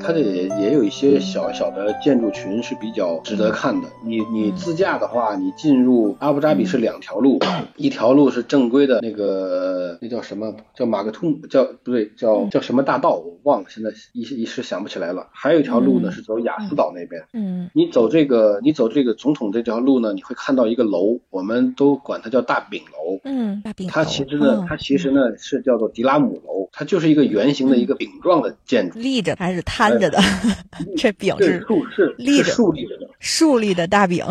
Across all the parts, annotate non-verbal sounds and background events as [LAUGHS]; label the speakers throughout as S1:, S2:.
S1: 它这里也有一些小小的建筑群是比较值得看的。你你自驾的话，你进入阿布扎比是两条路，
S2: 嗯
S1: [CLEARS THROAT] 一条路是正规的那个那叫什么叫马克吐姆叫不对叫
S2: 嗯
S1: 叫什么大道我忘了，现在一时一时想不起来了。还有一条路呢是走雅思岛那边。
S2: 嗯
S1: 你走这个你走这个总统这条路呢，你会看到一个楼，我们都管它叫大饼楼。
S2: 嗯，大饼
S1: 它
S2: 头
S1: 其实呢
S2: 嗯，
S1: 它其实呢是叫做迪拉姆楼，它就是一个圆形的
S2: 嗯
S1: 一个饼状的建筑，
S2: 立着还是摊着的？这饼
S1: 是
S2: 是
S1: 竖是
S2: 立
S1: 是
S2: 着
S1: 竖立着的。
S2: 竖立的大饼，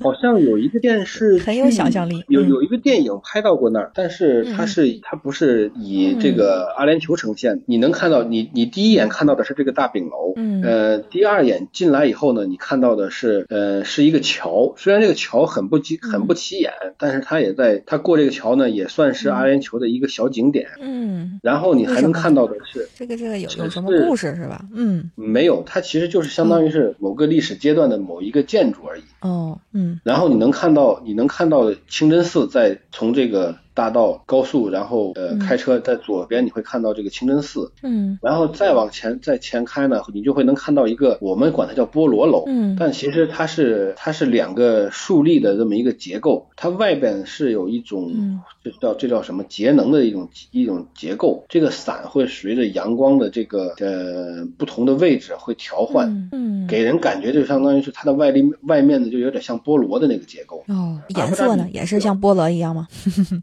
S1: 好像有一个电视剧
S2: 很有想象力
S1: 有
S2: 嗯
S1: 有一个电影拍到过那儿，但是它是、它不是以这
S2: 嗯
S1: 个阿联酋呈现，你能看到你你第一眼看到的是这个大饼楼，
S2: 嗯
S1: 呃，第二眼进来以后呢，你看到的是呃是一个桥，虽然这个桥很不起很
S2: 嗯
S1: 不起眼，但是它也在它过这个桥呢，也算是阿联酋的一个小景点。
S2: 嗯，
S1: 然后你还能看到的是，
S2: 这个这个有
S1: 是
S2: 有什么
S1: 是
S2: 故事是吧？嗯
S1: 没有，它其实就是相当于是某个历史阶段的某一个建筑而已。
S2: 哦嗯
S1: 然后你能看到，你能看到清真寺在从这个大道高速，然后呃
S2: 嗯
S1: 开车在左边你会看到这个清真寺，
S2: 嗯
S1: 然后再往前再前开呢，你就会能看到一个我们管它叫菠萝楼，
S2: 嗯
S1: 但其实它是它是两个竖立的这么一个结构，它外边是有一种
S2: 嗯
S1: 这叫这叫什么节能的一种一种结构，这个伞会随着阳光的这个呃不同的位置会调换，
S2: 嗯嗯
S1: 给人感觉就相当于是它的外力外面的就有点像菠萝的那个结构。
S2: 哦，颜色呢也是像菠萝一样吗？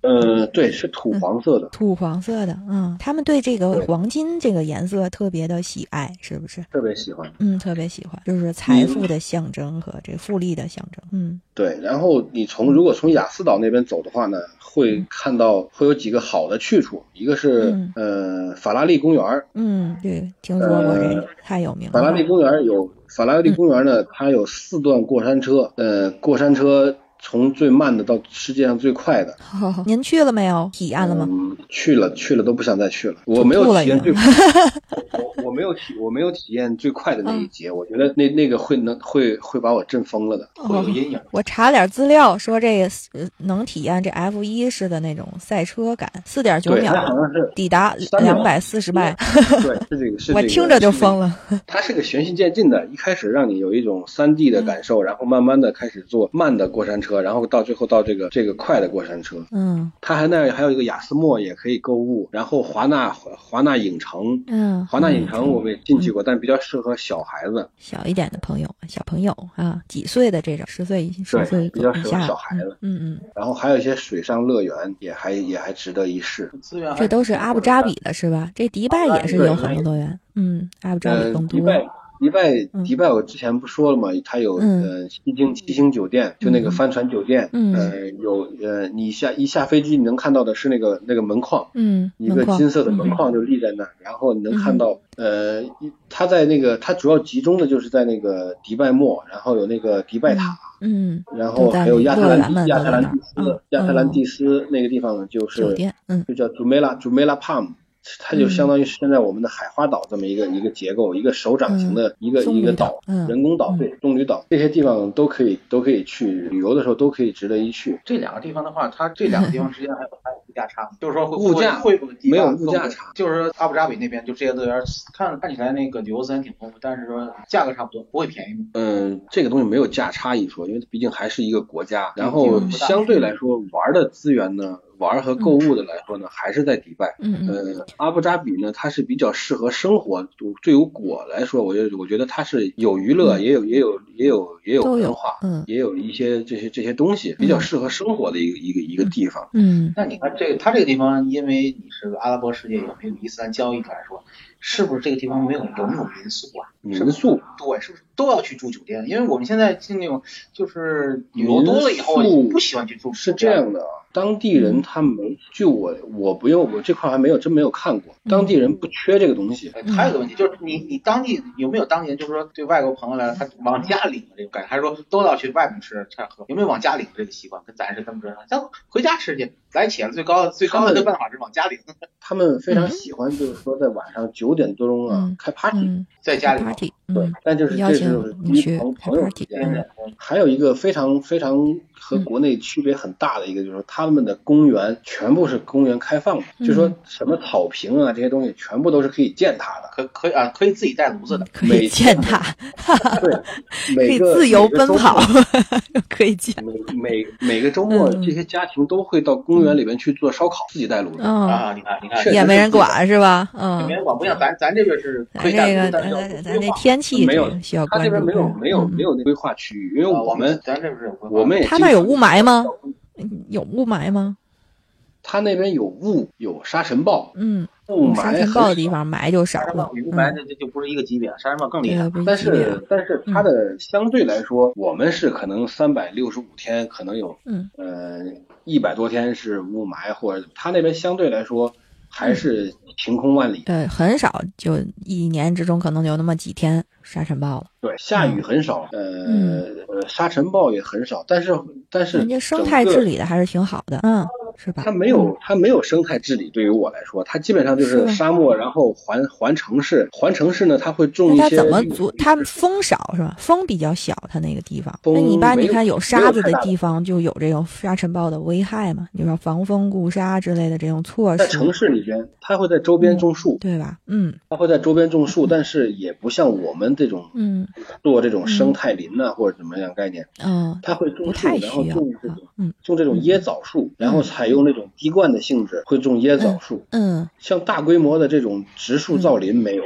S1: 呃，对，是土黄色的，
S2: 土黄色的，嗯，他们对这个黄金这个颜色特别的喜爱，是不是？
S1: 特别喜欢。
S2: 嗯，特别喜欢，就是财富的象征和这复利的象征。嗯
S1: 对，然后你从如果从雅思岛那边走的话呢，会看到会有几个好的去处，一个是、
S2: 嗯
S1: 呃法拉利公园儿，
S2: 嗯，对，听说过这个，太有名了。
S1: 法拉利公园儿有法拉利公园呢，它有四段过山车，呃，过山车从最慢的到世界上最快的。
S2: 哦您去了没有？体验了吗？
S1: 嗯，去了去了都不想再去了。我
S2: 吐
S1: 没有
S2: 吐了
S1: 体验
S2: 已
S1: 最
S2: 经
S1: 快，我我没有体我没有体验最快的
S2: 嗯
S1: 那一节，我觉得那那个会能会会把我震疯了的，
S2: 哦
S1: 会有阴影。
S2: 我查了点资料，说这个呃能体验这 F 一式的那种赛车感，四点九
S1: 对，
S2: 秒
S1: 它好像是
S2: 抵达
S1: 3秒
S2: 两百四十迈，
S1: [LAUGHS] 对，是这个是这个。
S2: 我听着就疯
S1: 了。
S2: 了。
S1: 它是个循序渐进的，一开始让你有一种三 D
S2: 嗯
S1: 的感受，然后慢慢的开始做慢的过山车，然后到最后到这个这个快的过山车。
S2: 嗯
S1: 它还那还有一个雅思莫也可以购物，然后华纳华华纳影城。
S2: 嗯，
S1: 华纳影城我们也进去过，但比较适合小孩子。
S2: 小一点的朋友，小朋友啊，几岁的这种，十岁以十岁
S1: 比较适
S2: 以
S1: 合
S2: 下
S1: 小孩子。
S2: 嗯嗯
S1: 然后还有一些水上乐园也还也还值得一试。
S3: 资源
S2: 嗯，
S3: 还
S2: 这都是阿布扎比的是吧？这迪拜也是有很多乐园，嗯，阿布扎比
S1: 呃，
S2: 更多
S1: 迪。拜迪拜
S2: 嗯
S1: 迪拜我之前不说了嘛，它有
S2: 嗯
S1: 呃七星七星酒店，就那个帆船酒店，
S2: 嗯
S1: 呃有呃你下一下飞机你能看到的是那个那个门框。
S2: 嗯，
S1: 一个
S2: 门框
S1: 金色的门
S2: 嗯
S1: 框就立在那儿，然后你能看到，呃，一它在那个它主要集中的就是在那个迪拜末，然后有那个迪拜塔，
S2: 嗯，
S1: 然后
S2: 都在
S1: 还有亚特兰
S2: 乐园们
S1: 蒂亚特兰蒂
S2: 都在那儿
S1: 斯
S2: 嗯，
S1: 亚特兰蒂斯那个地方就是
S2: 酒店，嗯
S1: 就叫 Jumela Jumela Palm，它就
S2: 嗯
S1: 相当于是现在我们的海花岛这么一个、一个结构，一个手掌型的一个、
S2: 棕
S1: 一个
S2: 榈嗯岛
S1: 岛，
S2: 嗯
S1: 人工岛
S2: 嗯
S1: 对，棕榈岛这些地方都可以都可以去旅游的时候都可以值得一去。
S3: 这两个地方的话，它这两个地方之间还有还有物价差，就是说会
S1: 物价
S3: 会不会
S1: 没有物价差，
S3: 就是说阿布扎比那边就这些乐园，看看起来那个旅游资源挺丰富，但是说价格差不多，不会便宜嘛。
S1: 嗯，这个东西没有价差一说，因为毕竟还是一个国家。
S2: 嗯
S1: 然
S3: 地
S1: 后
S3: 方不大
S1: 相对来说，玩的资源呢，玩和购物的来说呢，还是在迪拜。
S2: 嗯嗯
S1: 呃，阿布扎比呢，它是比较适合生活。对于我来说，我觉得我觉得它是有娱乐，也有也有也有也
S2: 嗯
S1: 有
S2: 都有
S1: 文化，
S2: 嗯
S1: 也有一些这些这些东西，比较适合生活的一个一个一个地方。
S2: 嗯
S3: 那你看这个，它这个地方，因为你是阿拉伯世界有那个伊斯兰教义来说，是不是这个地方没有有没有民宿啊？是
S1: 民
S3: 吧
S1: 宿，
S3: 对，是不是都要去住酒店？因为我们现在进那种就是旅游多了以后
S1: 民宿，
S3: 不喜欢去住
S1: 是
S3: 酒
S1: 这
S3: 店
S1: 样的啊，当地
S2: 嗯
S1: 人他没，据我我不用我这块还没有真没有看过，
S2: 嗯
S1: 当地人不缺这个东西。
S3: 哎还有一个问题就是你你当地有没有当地人就是说对外国朋友来了他往家领的这种感觉，还是说都要去外面吃吃喝，有没有往家领这个习惯？跟咱是这么着，咱回家吃去，来且了最高最高的办法是往家领，
S1: 他们非常喜欢，就是说在晚上九点多钟啊、
S2: 嗯
S1: 开 party，
S2: 嗯
S3: 在家里
S2: ，party，
S1: 对
S2: 嗯，，
S1: 但就是
S2: 邀
S1: 这
S2: 请
S1: 是
S2: 你
S1: 一
S2: 去
S1: 朋
S2: 开
S1: 朋友
S2: party 嗯
S1: 之间
S3: 嗯
S1: 的。还有一个非常非常和国内区别很大的一个，就是他们的公园全部是公园开放的，
S2: 嗯
S1: 就说什么草坪啊这些东西全部都是可以践踏的。
S3: 可可以啊，可以自己带炉子的，
S2: 可
S1: 每
S2: 以践
S1: 天
S2: 踏， [LAUGHS]
S1: 对，
S2: 可
S1: 每
S2: 以
S1: 个
S2: 自由奔跑，
S1: 每个周末，
S2: [LAUGHS] 可以
S1: [LAUGHS]
S2: 践，
S1: 每每每个周末
S2: 嗯
S1: 这些家庭都会到公园里面去做烧烤，自己带炉子。
S2: 嗯，
S3: 啊，你看你看，
S1: 确实
S2: 也没人
S1: 是这样
S2: 管是吧？
S3: 也
S2: 嗯
S3: 没，人管，不像咱咱这边是
S2: 咱
S3: 可以带
S2: 这个
S3: 炉子，但
S2: 咱
S3: 是要
S2: 咱
S3: 有规
S2: 咱这
S3: 划
S2: 天气
S1: 没
S2: 这
S1: 有
S2: 个需要
S1: 他
S2: 关
S1: 这
S2: 注
S1: 边没有
S2: 嗯
S1: 没有没
S2: 嗯
S1: 有那规划区域，因为
S3: 啊
S1: 我们
S3: 咱这边是有规划
S1: 我们也
S2: 他那儿有雾
S1: 经
S2: 霾吗？嗯有雾霾吗？
S1: 他那边有雾，有沙尘暴，
S2: 嗯，
S1: 雾
S2: 沙
S1: 霾
S2: 尘暴的
S1: 很
S2: 地
S1: 少。
S2: 方霾就少
S3: 沙尘
S2: 了
S3: 暴，比雾霾
S2: 嗯，
S3: 这这就不是一个级别，沙尘暴更厉
S2: 这
S3: 害
S2: 个。不
S1: 但
S2: 级别
S1: 是但
S2: 嗯
S1: 是它的相对来说，我们是可能三百六十五天，可能有
S2: 嗯
S1: 呃一百多天是雾霾，或者它那边相对来说
S2: 嗯
S1: 还是晴空万里。
S2: 对，很少，就一年之中可能有那么几天沙尘暴了。
S1: 对，下雨很少，
S2: 嗯
S1: 呃呃沙尘暴也很少，但是但是
S2: 人家生态
S1: 整
S2: 治
S1: 个
S2: 理的还是挺好的，嗯，是吧？嗯
S1: 它没有，它没有生态治理。对于我来说，它基本上就是是沙漠，然后环环城市，环城市呢，它会种
S2: 那
S1: 一
S2: 它
S1: 些
S2: 怎么
S1: 绿
S2: 阻？
S1: 植
S2: 它风少是吧？风比较小，它那个地方。那
S1: 风
S2: 你把
S1: 没
S2: 你
S1: 有
S2: 看有
S1: 没
S2: 沙
S1: 有
S2: 子
S1: 太
S2: 的
S1: 大
S2: 地方就有这种沙尘暴的危害嘛？你说防风固沙之类的这种措
S1: 在城
S2: 施，
S1: 市里边，它会在周边种树，
S2: 对吧？嗯
S1: 它会在周边种树，但是也不像我们这种
S2: 嗯
S1: 做这种生态林呐、或者怎么样概念，
S2: 嗯，
S1: 它会
S2: 不
S1: 种树
S2: 太，
S1: 然后
S2: 需要
S1: 种这
S2: 啊
S1: 种，
S2: 嗯
S1: 种这种椰枣树，然后采用那种滴灌的性质，会种椰枣树。
S2: 嗯
S1: 像大规模的这种植树造林没有，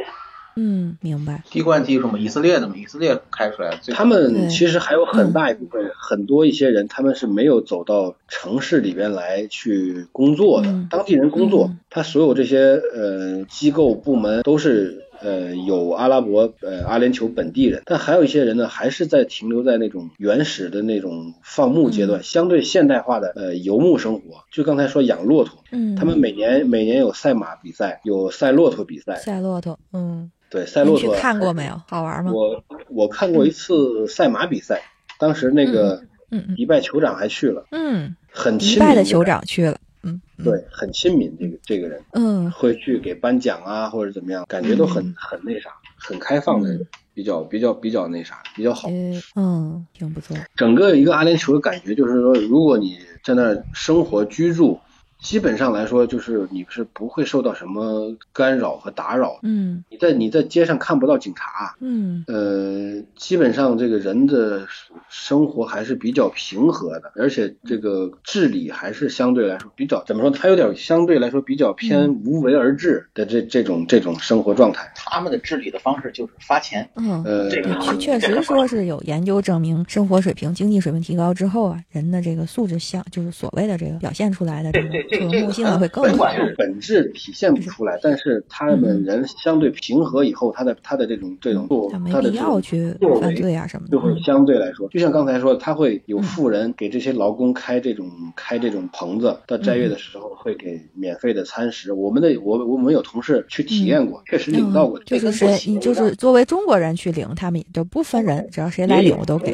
S2: 嗯，明白。
S3: 滴灌技术嘛，以色列的嘛，以色列开出来的最
S1: 他们其实还有
S2: 嗯
S1: 很大一部分，很多一些人他们是没有走到城市里边来去工作的，
S2: 嗯
S1: 当地人工作
S2: 嗯，
S1: 他所有这些呃机构部门都是。呃，有阿拉伯呃阿联酋本地人，但还有一些人呢，还是在停留在那种原始的那种放牧阶
S2: 嗯
S1: 段，相对现代化的呃游牧生活。就刚才说养骆驼，
S2: 嗯，
S1: 他们每年每年有赛马比赛，有赛骆驼比赛，
S2: 赛骆驼，嗯，
S1: 对，赛
S2: 你
S1: 骆
S2: 去
S1: 驼。
S2: 看过没有？好玩吗？
S1: 我我看过一次赛马比赛，当时那个
S2: 嗯嗯
S1: 迪拜酋长还去了，
S2: 嗯，
S1: 很
S2: 迪
S1: 亲民
S2: 拜的
S1: 这个
S2: 酋
S1: 人，
S2: 长去了，嗯，嗯，
S1: 对，很亲民这个这个人
S2: 嗯
S1: 会去给颁奖啊或者怎么样，感觉都很很那啥，很开放的
S2: 嗯，
S1: 比较比较比较那啥，比较好。
S2: 呃嗯，挺不错，
S1: 整个一个阿联酋的感觉就是说，如果你在那儿生活居住。基本上来说，就是你是不会受到什么干扰和打扰的。
S2: 嗯
S1: 你在你在街上看不到警察，啊
S2: 嗯
S1: 呃，基本上这个人的生活还是比较平和的，而且这个治理还是相对来说比较怎么说呢？它有点相对来说比较偏
S2: 嗯
S1: 无为而治的这这种这种生活状态。
S3: 他们的治理的方式就是发钱，
S2: 嗯。
S1: 呃，
S3: 这个
S2: 确确实说是有研究证明，生活水平、经济水平提高之后啊，人的这个素质相，就是所谓的这个表现出来的这
S3: 对
S2: 个可
S3: 对对
S2: 目性啊，会嗯更
S1: 本
S2: 好。
S3: 管
S1: 质本质体现不出来，但是他们人相对平和以后，他的他的这种这种做
S2: 但嗯没
S1: 他的
S2: 必
S1: 这
S2: 要
S1: 种
S2: 去
S1: 作
S2: 犯
S1: 为
S2: 罪啊什么的
S1: 就。会相对来说，就像刚才说，他会有富人给这些劳工开这种开这种棚子，到斋月的时候会给免费的餐食。我们的我我们有同事去体验过，确实领到过，
S2: 就
S1: 这
S2: 是
S1: 跟
S2: 谁
S1: 不，行
S2: 你就是作为中国人去领，他们也都不分人，只要谁来
S1: 也
S2: 领
S1: 有
S2: 我都给。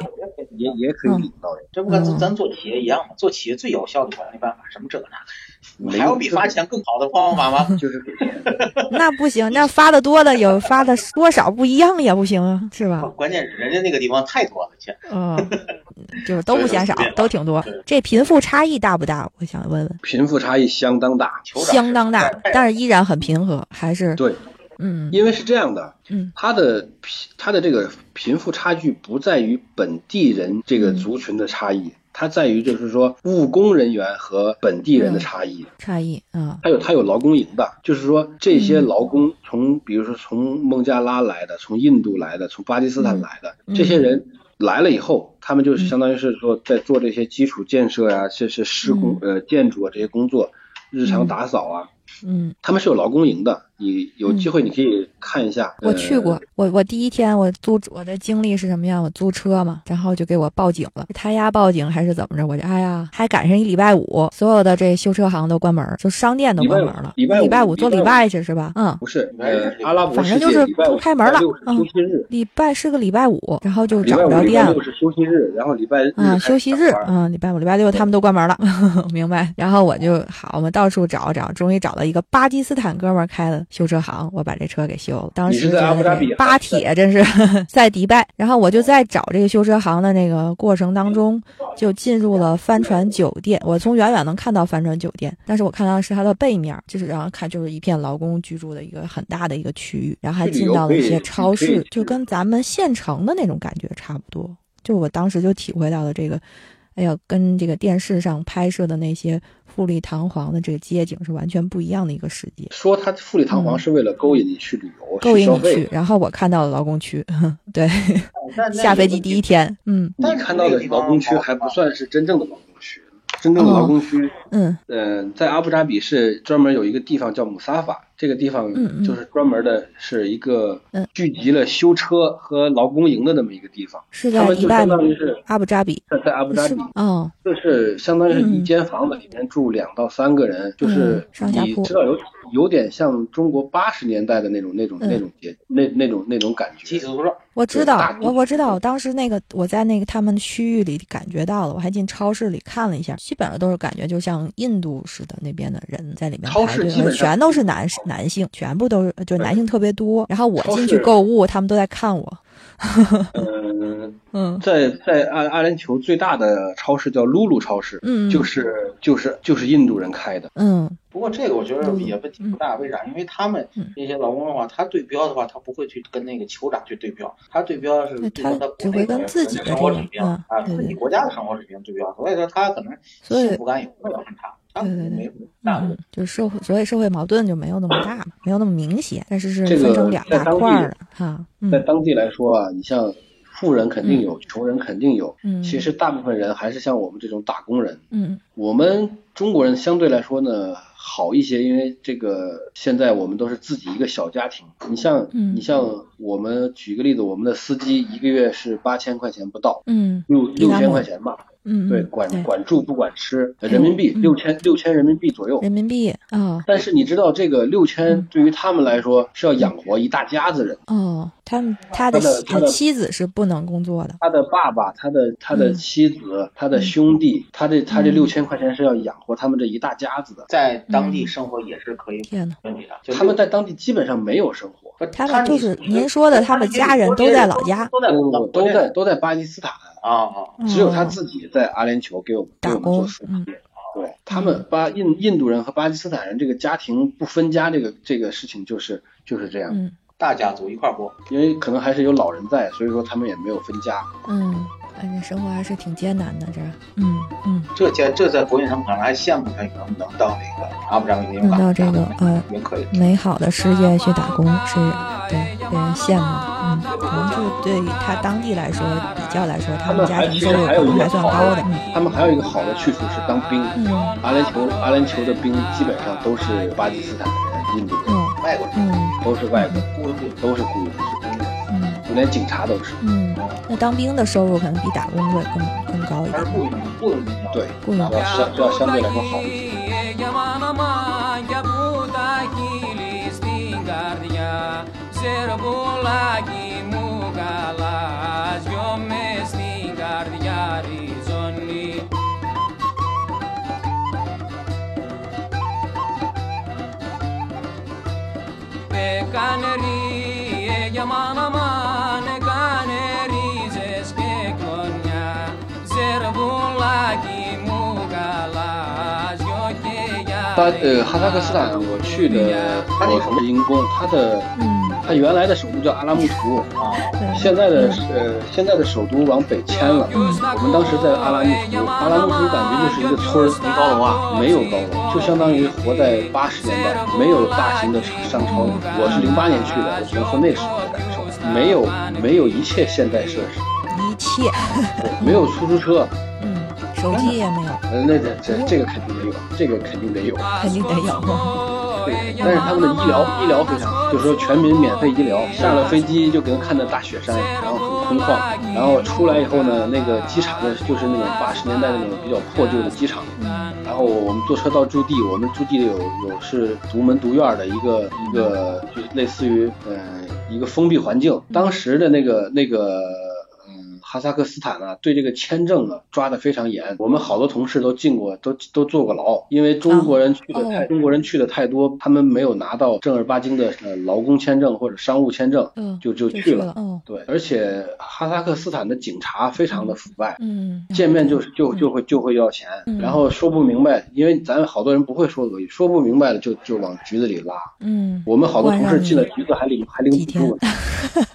S1: 也也可以领到的，
S3: 这不跟
S2: 嗯
S3: 咱咱做企业一样嘛？做企业最有效的管理办法，什么这个那
S1: 没
S3: 个，
S1: 有
S3: 嗯还有比发钱更好的方法吗？
S1: 就是给钱。 [LAUGHS]
S2: 那不行，那发的多的有发的多少不一样也不行啊，是吧？
S1: [LAUGHS]
S3: 关键是人家那个地方太多了，钱
S2: 嗯，就是都不嫌少
S3: 对对，
S2: 都挺多。这贫富差异大不大？我想问问。
S1: 贫富差异相当大，
S3: 酋长
S2: 相当大
S3: 太，太
S2: 但是依然很平和，还是
S1: 对，
S2: 嗯
S1: 因为是这样的，
S2: 嗯
S1: 他的贫他的这个贫富差距不在于本地人这个
S2: 嗯
S1: 族群的差异，它在于就是说务工人员和本地人
S2: 嗯
S1: 的差异。
S2: 差异啊，
S1: 他有他有劳工营的，就是说这些
S2: 嗯
S1: 劳工从比如说从孟加拉来的，从印度来的，从巴基斯坦来的、
S2: 嗯
S1: 这些人来了以后，他们就是相当于是说在做这些基础建设呀、这是施工、呃建筑啊这些工作，日常打扫啊，
S2: 嗯
S1: 他们是有劳工营的，你有机会你可以看一下。
S2: 我去过
S1: 呃，
S2: 我我第一天我租我的经历是什么样？我租车嘛，然后就给我报警了，他丫报警还是怎么着？我就哎呀，还赶上一礼拜五，所有的这修车行都关门，就商店都关门了。
S1: 礼拜五礼拜五
S2: 五做
S1: 礼拜
S2: 礼
S1: 五
S2: 拜去是吧？嗯，
S1: 不是，
S3: 反正
S1: 呃，阿拉伯世
S2: 就
S1: 界
S2: 是
S1: 礼拜五
S2: 不开门了
S1: 礼拜六是休息日，
S2: 礼拜是个礼拜五，然后就
S1: 礼
S2: 找
S1: 拜
S2: 不着
S1: 五、礼
S2: 店
S1: 拜
S2: 了
S1: 六。是休息日，然后礼拜日
S2: 啊，
S1: 开始
S2: 休息日
S1: 上班，
S2: 嗯，礼拜五、礼拜六他们都关门了， [LAUGHS] 明白。然后我就好，我们到处找找，终于找到一个巴基斯坦哥们儿开的修车行，我把这车给修了。当
S1: 你是
S2: 时
S1: 在阿
S2: 觉
S1: 布
S2: 得
S1: 扎比
S2: 这
S1: 还
S2: 巴
S1: 是在
S2: 铁真是 [LAUGHS] 在迪拜。然后我就在找这个修车行的那个过程当中，就进入了帆船酒店。我从远远能看到帆船酒店，但是我看到的是它的背面，就是然后看就是一片劳工居住的一个很大的一个区域，然后还
S1: 去旅
S2: 进
S1: 游
S2: 到了
S1: 可
S2: 一
S1: 以
S2: 些
S1: 去
S2: 超
S1: 可以
S2: 市
S1: 去，
S2: 就跟咱们县城的那种感觉差不多。就我当时就体会到了这个，哎呀，跟这个电视上拍摄的那些富丽堂皇的这个街景是完全不一样的一个世界，
S1: 说他富丽堂皇
S2: 嗯
S1: 是为了勾引你去旅游，
S2: 勾引
S1: 消
S2: 你
S1: 费。
S2: 去。然后我看到了劳工区，嗯 [LAUGHS] 对，
S3: 但
S2: 下飞机第一，天，嗯
S1: 你看到的劳工区还不算是真正的劳工区，真正的劳工区，
S2: 嗯
S1: 嗯、在阿布扎比是专门有一个地方叫姆萨法，这个地
S2: 嗯嗯
S1: 方就是专门的是一个
S2: 嗯
S1: 聚集了修车和劳工营的那么一个地方，
S2: 是
S1: 他
S2: 在
S1: 们
S2: 迪
S1: 就
S2: 拜
S1: 相
S2: 吗？
S1: 当于是
S2: 阿布扎比
S1: 在在阿布扎
S2: 是
S1: 比
S2: 吗？哦，嗯
S1: 就是相当于是一间房子里面住两到三个人，就是
S2: 上下
S1: 你
S2: 铺
S1: 知道有有点像中国八十年代的那种那种
S2: 嗯
S1: 那种节那那种那种感
S3: 集
S1: 觉
S3: 体，宿舍，
S2: 我知
S1: 对
S2: 道
S1: 大，
S2: 我
S1: 地
S2: 我知道，当时那个我在那个他们区域里感觉到了，我还进超市里看了一下，基本上都是感觉就像印度似的那边的人在里面
S1: 超
S2: 排
S1: 市
S2: 队，呃
S1: 基本上
S2: 全都是男男性，全部都是就男性特别多。然后我
S1: 超
S2: 进去
S1: 市
S2: 购物，他们都在看我，
S1: 嗯。
S2: 嗯
S1: 在在阿阿联酋最大的超市叫露露超市，
S2: 嗯
S1: 就是就是就是印度人开的，
S2: 嗯
S3: 不过这个我觉得也问题不大，为啥？因为他们那些劳工的话，他对标的话，他不会去跟那个酋长去对标，他对标的是
S2: 那
S3: 对
S2: 他
S3: 标他
S2: 只
S3: 国
S2: 会
S3: 内
S2: 跟
S3: 的
S2: 自己的
S3: 生活
S2: 这个
S3: 水平
S2: 啊
S3: 啊，
S2: 对
S3: 自己
S2: 对
S3: 国家的生活水平对标，所以说他可能
S2: 所以
S3: 幸福感也不会很差，他
S2: 对对对
S3: 没什么大的
S2: 嗯，就是社会，所以社会矛盾就没有那么大嘛，没有那么明显，但是是
S1: 这个
S2: 分成两
S1: 在
S2: 大
S1: 当地
S2: 块儿了哈，嗯
S1: 在当地来说啊，你像富人肯定有，穷人肯定有，
S2: 嗯
S1: 其实大部分人还是像我们这种打工人。
S2: 嗯
S1: 我们中国人相对来说呢好一些，因为这个现在我们都是自己一个小家庭。你像
S2: 嗯
S1: 你像我们举个例子，我们的司机一个月是八千块钱不到，
S2: 嗯
S1: 六
S2: 迪
S1: 六
S2: 拉姆
S1: 千块钱吧，
S2: 嗯，
S1: 对，
S2: 嗯
S1: 管管住不管吃，呃
S2: 哎呦
S1: 人民币
S2: 嗯
S1: 六千六千人民币左右
S2: 人。民币啊
S1: 但是你知道，这个六
S2: 嗯
S1: 千对于他们来说是要养活一大家子人。
S2: 哦，他们他的
S1: 他的
S2: 妻
S1: 他的
S2: 妻子是不能工作的，
S1: 他的爸爸、他的他的
S2: 嗯
S1: 妻子、他的兄弟，他这他这
S2: 嗯
S1: 六千块钱是要养活他们这一大家子的。
S3: 在当地生活也是可以
S2: 嗯天哪！
S3: 问题的。就
S1: 他们在当地基本上没有生活，
S3: 不
S2: 他
S3: 他
S2: 们就
S3: 你
S2: 是您说的，他们家人都在老家
S3: 嗯都在
S1: 不不不都在
S3: 在
S1: 都在巴基斯坦，
S3: 啊啊，
S1: 只有他
S2: 哦
S1: 自己在阿联酋给我们
S2: 打
S1: 给我们做
S2: 工
S1: 司机
S2: 嗯。
S1: 对他们巴印印度人和巴基斯坦人这个家庭不分家这个这个事情就是就是这样，
S2: 嗯
S3: 大家族一块儿过。
S1: 因为可能还是有老人在，所以说他们也没有分家。
S2: 嗯，反正生活还是挺艰难的这，嗯嗯，
S3: 这家这在国际上可能还羡慕他能能到那个阿布扎比那
S2: 能到这个呃
S3: 也可以。
S2: 美好的世界去打工是对被人羡慕，嗯，可能就
S4: 就
S2: 对
S4: 对
S2: 于他
S4: 他
S2: 当
S4: 当
S2: 地
S4: 地
S2: 来
S4: 来
S2: 说
S4: 说，
S2: 比
S4: 比
S2: 较
S4: 较
S2: 来
S4: 来
S2: 说，
S4: 说，
S2: 他
S4: 他
S2: 们
S4: 们
S2: 家
S4: 家
S2: 庭
S4: 庭
S2: 收入
S4: 收入
S2: 可
S4: 可
S2: 能
S4: 能
S2: 还算
S4: 还算
S2: 高
S4: 高
S2: 的
S4: 的，，
S2: 嗯。
S1: 他们还有一个好的去处是当兵，阿联酋阿联酋的兵基本上都是巴基斯坦人、印度人，
S2: 嗯
S3: 外国人
S2: 嗯
S1: 都是外国人。
S3: 雇佣兵
S1: 都是雇佣，
S2: 嗯
S1: 就连警察都是。
S2: 嗯，那当兵的收入可能比打工的更更高一
S3: 还是
S2: 点。
S3: 雇佣兵雇佣兵要
S1: 对，
S2: 雇佣
S1: 要
S3: 啊
S1: 相要相对来说好一些。
S4: Yaman aman kaneri zeske konya zerbulaki mugala joke
S1: 巴呃哈萨克斯坦，我去的我是营工，它的
S2: 嗯，
S1: 它原来的首都叫阿拉木图，
S3: 啊，
S2: 对，
S1: 现在的
S2: 嗯
S1: 呃现在的首都往北迁了。我们当时在阿拉木图，阿拉木图感觉就是一个村儿，
S4: 没高楼啊
S1: 没有高楼，就相当于活在八十年代，没有大型的商超。我是零八年去的，我觉得和那时候的感受，没有没有一切现代设施，
S2: 一切，
S1: 没有出租车，
S2: 嗯，手机也没有，
S1: 呃，那这这这个肯定得有，这个肯定得有。
S2: 肯定得有。
S1: 贵，但是他们的医疗医疗非常好，就是说全民免费医疗，上了飞机就跟看着大雪山，然后很空旷，然后出来以后呢，那个机场呢就是那种八十年代那种比较破旧的机场，然后我们坐车到驻地，我们驻地有有是独门独院的一个
S2: 嗯
S1: 一个，就类似于呃一个封闭环境。当时的那个那个嗯哈萨克斯坦呢、对这个签证啊抓得非常严，我们好多同事都进过都都坐过牢，因为中国人去的太、
S2: 哦
S1: 中国人去的太多，他们没有拿到正儿八经的呃劳工签证或者商务签证，
S2: 嗯，
S1: 就就
S2: 就
S1: 去了。
S2: 了，嗯
S1: 对，而且哈萨克斯坦的警察非常的腐败，
S2: 嗯，
S1: 见面就是就就会就会要钱，
S2: 嗯
S1: 然后说不明白，因为咱好多人不会说俄语，说不明白了就就往局子里拉。
S2: 嗯，
S1: 我们好多同事进了局子还领还领
S2: 几
S1: 补
S2: 天 [LAUGHS]
S1: 助呢，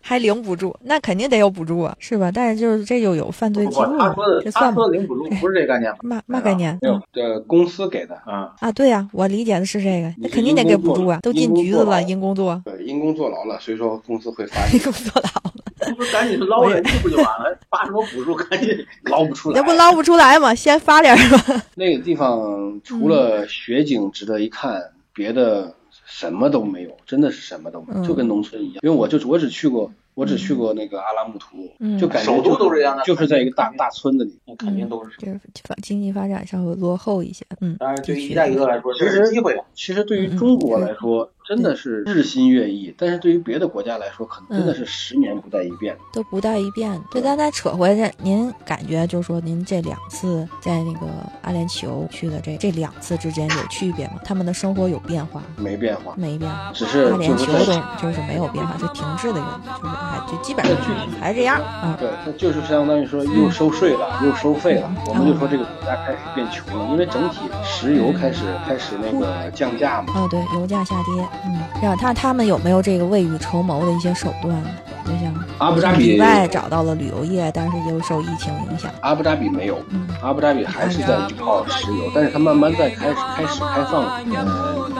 S2: 还领补助，那肯定得有补助啊，是吧？但是就是这就有犯罪
S3: 不
S2: 记
S3: 不，
S2: 录
S3: 他
S2: 了
S3: 说，的
S2: 这
S3: 他
S2: 算吗
S3: 说？的零补助不是这个概念
S2: [LAUGHS]
S3: 吧？
S2: 嘛嘛概念？
S1: 没有，这公司给的，
S3: 啊，
S2: 嗯啊，对呀、我理解的是
S3: 嗯
S2: 这个，
S1: 你
S2: 那
S1: 是
S2: 肯定得
S1: 因
S2: 给
S1: 公
S2: 补
S1: 坐
S2: 助啊，都
S1: 因
S2: 进
S1: 公
S2: 局
S1: 坐
S2: 子了，
S1: 牢
S2: 因公坐，
S1: 对，因公坐牢了，所以说公司会发
S2: [LAUGHS] 因公坐牢。
S3: [LAUGHS] 这不是赶紧捞人去不就完了？发什么补助，赶紧
S1: 捞不出来
S2: 那。不捞不出来吗？先发点儿吧。 [LAUGHS]
S1: 那个地方除了
S2: 嗯
S1: 雪景值得一看，别的什么都没有，真的是什么都没有，
S2: 嗯
S1: 就跟农村一样。因为我就我只去过，我只去过那个阿拉木图，
S2: 嗯
S1: 就感觉
S3: 首都
S1: 就
S3: 都这样的
S1: 就是在一个大大村子里。
S3: 那肯定都是。
S2: 就是发经济发展上会落后一些，嗯，
S3: 当然，对于“一带一路”来说，这是机会啊。
S1: 其实对于中国来说，真的是日新月异，但是对于别的国家来说，可能真的是十年不再一变。
S2: 都不带一变。对，咱再扯回来，您感觉就是说，您这两次在那个阿联酋去的这这两次之间有区别吗？他们的生活有变化吗？
S1: 没变化，
S2: 没变化。
S1: 只是
S2: 阿
S1: 就
S2: 联
S1: 是
S2: 酋
S1: 在
S2: 都就是没有变化，就停滞的一个，就是还就基本上就是还是这样啊。
S1: 对，它就是相当于说又收税了，又收费了。我们就说这个国家开始变穷了，因为整体石油开始开始那个降价嘛。
S2: 哦，对，油价下跌，嗯，让他他们有没有这个未雨绸缪的一些手段呢？就像
S1: 阿布扎比
S2: 迪拜找到了旅游业，但是又受疫情影响，
S1: 阿布扎比没有，
S2: 嗯，
S1: 阿布扎比还是在依靠石油，但是它慢慢在开始开始开放呃旅游，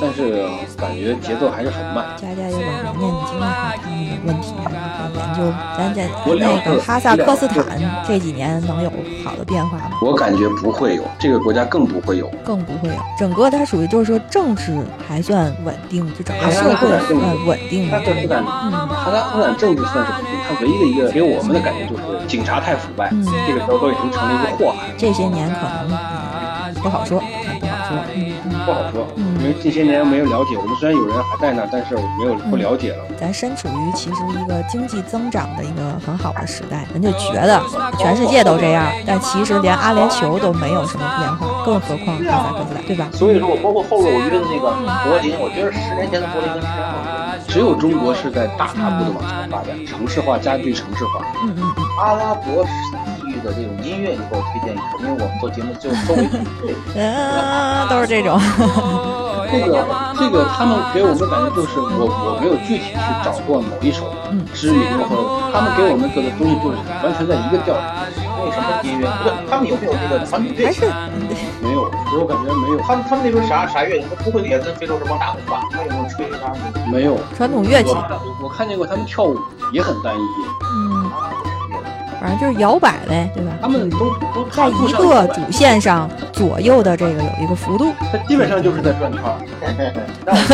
S1: 但是感觉节奏还是很慢。
S2: 佳佳有老年的经历和他们的问题啊，研究咱在
S1: 我了
S2: 那
S1: 解
S2: 个哈萨克斯坦这几年能有好的变化吗？
S1: 我感觉不会有，这个国家更不会有。
S2: 更不会有，整个它属于就是说政治还算稳定，就整个社会算稳定
S1: 哈
S2: 的
S1: 萨。克斯坦，
S2: 嗯
S1: 哈萨克斯坦政治算是稳定，它唯一的一个给我们的感觉就是警察太腐败，
S2: 嗯
S1: 这个时候都已经成了一个祸害，
S2: 这些年可能、嗯不好说，不好说。嗯，
S1: 不好说。
S2: 嗯
S1: 因为这些年没有了解，我们虽然有人还在那儿，但是我没有不了解了。
S2: 咱身处于其实一个经济增长的一个很好的时代，咱就觉得
S4: 呃
S2: 全世界都这样，但其实连阿联酋都没有什么变化，更何况哈萨克斯坦，对吧？
S3: 所以说我包括后边我约的那个柏林，我觉得十年前的柏林跟十年后的柏林
S1: 只有中国是在大踏步的往前发展，城市化加剧城市化。
S2: 嗯嗯嗯，
S3: 阿拉伯地域的这种音乐，你给我推荐一首，因为我们做节目就都会对。
S2: 嗯，都是这种。
S1: 这个这个，他们给我们感觉就是我我没有具体去找过某一首
S2: 嗯
S1: 知名的，或者他们给我们做的东西就是完全在一个调上，
S3: 为什么音乐？不对，他们有没有这个传统乐
S2: 还
S3: 器
S2: 是？
S1: 没有，给我感觉没有
S3: 他们他们那边啥啥乐器？不会也跟非洲这帮打鼓吧？他有没有吹啥？
S1: 没有。
S2: 传统乐器，
S1: 我我看见过他们跳舞也很单一，
S2: 嗯，反正就是摇摆呗，对吧？
S1: 他们都都
S2: 在
S1: 踏步
S2: 一
S1: 上
S2: 个
S1: 摇摆
S2: 主线上左右的这个有一个幅度，
S1: 他基本上就是在转圈儿。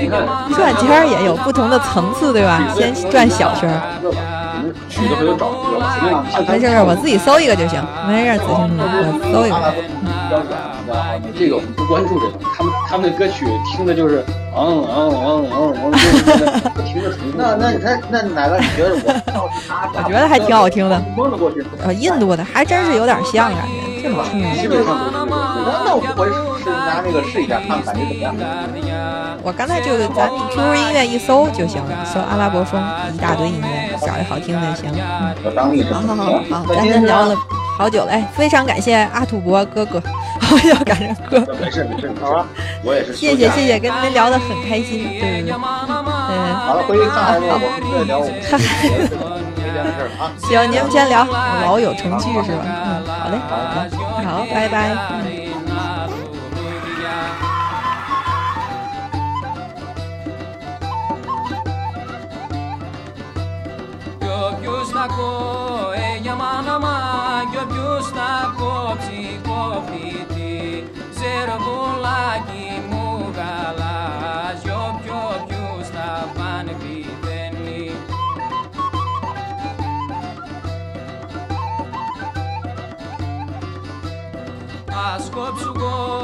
S1: 你看，你看
S2: 转圈儿也有不同的层次，对吧？先转小圈儿，
S1: 一个吧，你们去的回头找一个吧，随便
S2: 没
S1: 你看他们
S2: 事儿，我自己搜一个就行，没事儿，子欣，我搜一
S3: 阿拉
S2: 个。
S3: 伯标准，你知道吗？
S1: 这个我们不关注这个，他们他们的歌曲听的就是昂昂昂昂昂，就是在不停的重复。
S3: 那那那那奶酪，你觉得我要是拿？
S2: 我觉得还挺好听的，
S3: 蒙着过去。
S2: 呃，印度的还真是有点像，感觉这老听。
S1: 基本上都是这个。
S3: 那那我回是拿那个试一下，看感觉怎么样？
S2: 我刚才就咱 QQ 音乐一搜就行了，搜阿拉伯风一大堆音乐，找一好听的就行。嗯，
S3: 有当地什
S2: 好
S3: 么
S2: 好好好，
S3: 那
S2: 咱
S3: 今
S2: 咱
S3: 天
S2: 聊了好久了，哎，非常感谢阿土伯哥哥，我要赶上哥哥。
S1: 没事没事没
S3: 好
S1: 事
S3: 吧，
S1: 我也是休假。
S2: 谢谢谢谢，跟您聊得很开心，对对
S3: [LAUGHS]
S2: 对，嗯，
S3: 完了，回去看看那个我们再聊我们自己别的事儿啊。
S2: 行，您们先聊，老友成趣是吧？嗯，好嘞，好，好，拜拜。嗯
S4: Ποιος να κόε για μάνα μα, ποιος να κόψει κόφτη τη ζερβούλα κόψου κόψου ε,